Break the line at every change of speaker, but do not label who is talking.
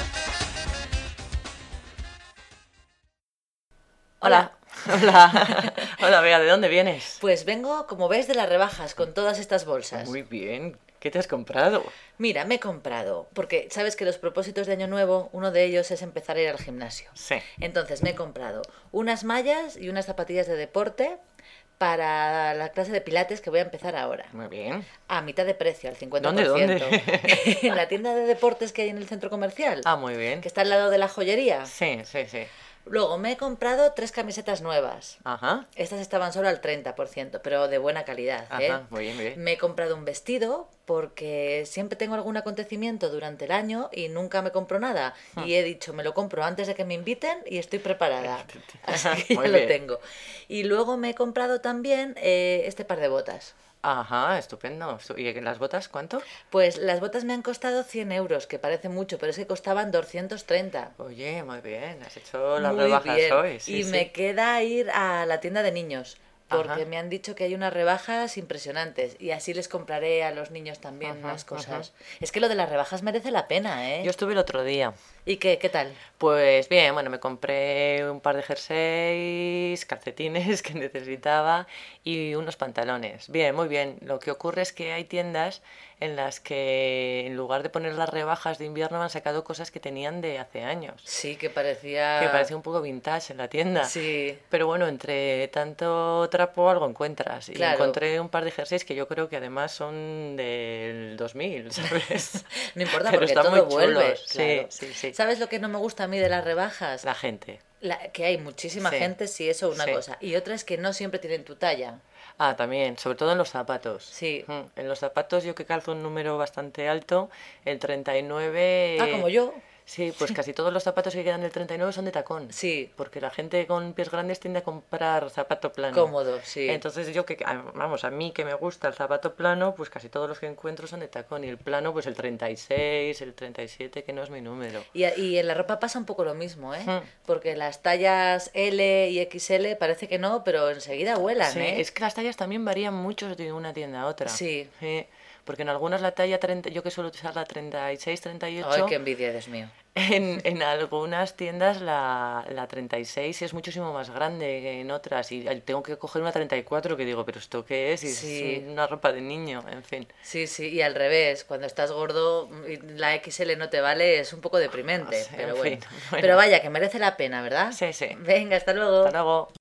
Hola, hola Bea, ¿de dónde vienes?
Pues vengo, como ves, de las rebajas con todas estas bolsas.
Muy bien, ¿qué te has comprado?
Mira, me he comprado, porque sabes que los propósitos de Año Nuevo, uno de ellos es empezar a ir al gimnasio.
Sí.
Entonces me he comprado unas mallas y unas zapatillas de deporte para la clase de pilates que voy a empezar ahora.
Muy bien.
A mitad de precio, al 50%.
¿Dónde, dónde?
en la tienda de deportes que hay en el centro comercial,
Ah, muy bien.
que está al lado de la joyería.
Sí, sí, sí.
Luego me he comprado tres camisetas nuevas.
Ajá.
Estas estaban solo al 30%, pero de buena calidad. ¿eh?
Ajá, muy bien, muy bien.
Me he comprado un vestido porque siempre tengo algún acontecimiento durante el año y nunca me compro nada.
Ah.
Y he dicho, me lo compro antes de que me inviten y estoy preparada. Así que ya
Muy
lo
bien.
tengo. Y luego me he comprado también eh, este par de botas.
Ajá, estupendo. Estu- ¿Y las botas cuánto?
Pues las botas me han costado 100 euros, que parece mucho, pero es que costaban 230.
Oye, muy bien, has hecho las
Muy
rebajas
bien.
hoy. Sí,
y
sí.
me queda ir a la tienda de niños, porque
Ajá.
me han dicho que hay unas rebajas impresionantes y así les compraré a los niños también
Ajá,
unas
ajá.
cosas. Es que lo de las rebajas merece la pena, ¿eh?
Yo estuve el otro día.
¿Y qué, qué tal?
Pues bien, bueno, me compré un par de jerseys, calcetines que necesitaba y unos pantalones. Bien, muy bien. Lo que ocurre es que hay tiendas en las que en lugar de poner las rebajas de invierno han sacado cosas que tenían de hace años.
Sí, que parecía...
Que parece un poco vintage en la tienda.
Sí.
Pero bueno, entre tanto trapo algo encuentras. Y
Claro.
encontré un par de jerseys que yo creo que además son del 2000, ¿sabes?
No importa
Pero
porque
están
todo
muy chulos.
vuelve. claro.
Sí, sí, sí.
¿Sabes lo que no me gusta a mí de las rebajas?
La gente.
La- que hay muchísima
Sí.
gente, sí, eso una
Sí.
cosa. Y otra es que no siempre tienen tu talla.
Ah, también, sobre todo en los zapatos.
Sí.
Mm, En los zapatos yo que calzo un número bastante alto, el 39...
Ah, como yo.
Sí, pues casi todos los zapatos que quedan del 39 son de tacón.
Sí,
Porque la gente con pies grandes tiende a comprar zapato plano.
cómodo, sí.
Entonces yo que, a- vamos, a mí que me gusta el zapato plano, pues casi todos los que encuentro son de tacón. Y el plano, pues el 36, el 37, que no es mi número.
Y, y en la ropa pasa un poco lo mismo, ¿eh?
Hmm.
Porque las tallas L y XL parece que no, pero enseguida vuelan,
Sí,
¿eh?
es que las tallas también varían mucho de una tienda a otra.
Sí.
porque en algunas la talla 30, yo que suelo usar la 36, 38,
Ay, qué envidia, Dios mío.
en, en algunas tiendas la, la 36 es muchísimo más grande que en otras y tengo que coger una 34 que digo, pero ¿esto qué es? Y
Sí.
Es una ropa de niño, en fin.
Sí, sí, y al revés, cuando estás gordo y la XL no te vale, es un poco deprimente,
Ah, Sí,
pero
en
bueno.
fin, bueno.
Pero vaya, que merece la pena, ¿verdad?
Sí, sí.
Venga, hasta luego.
Hasta luego.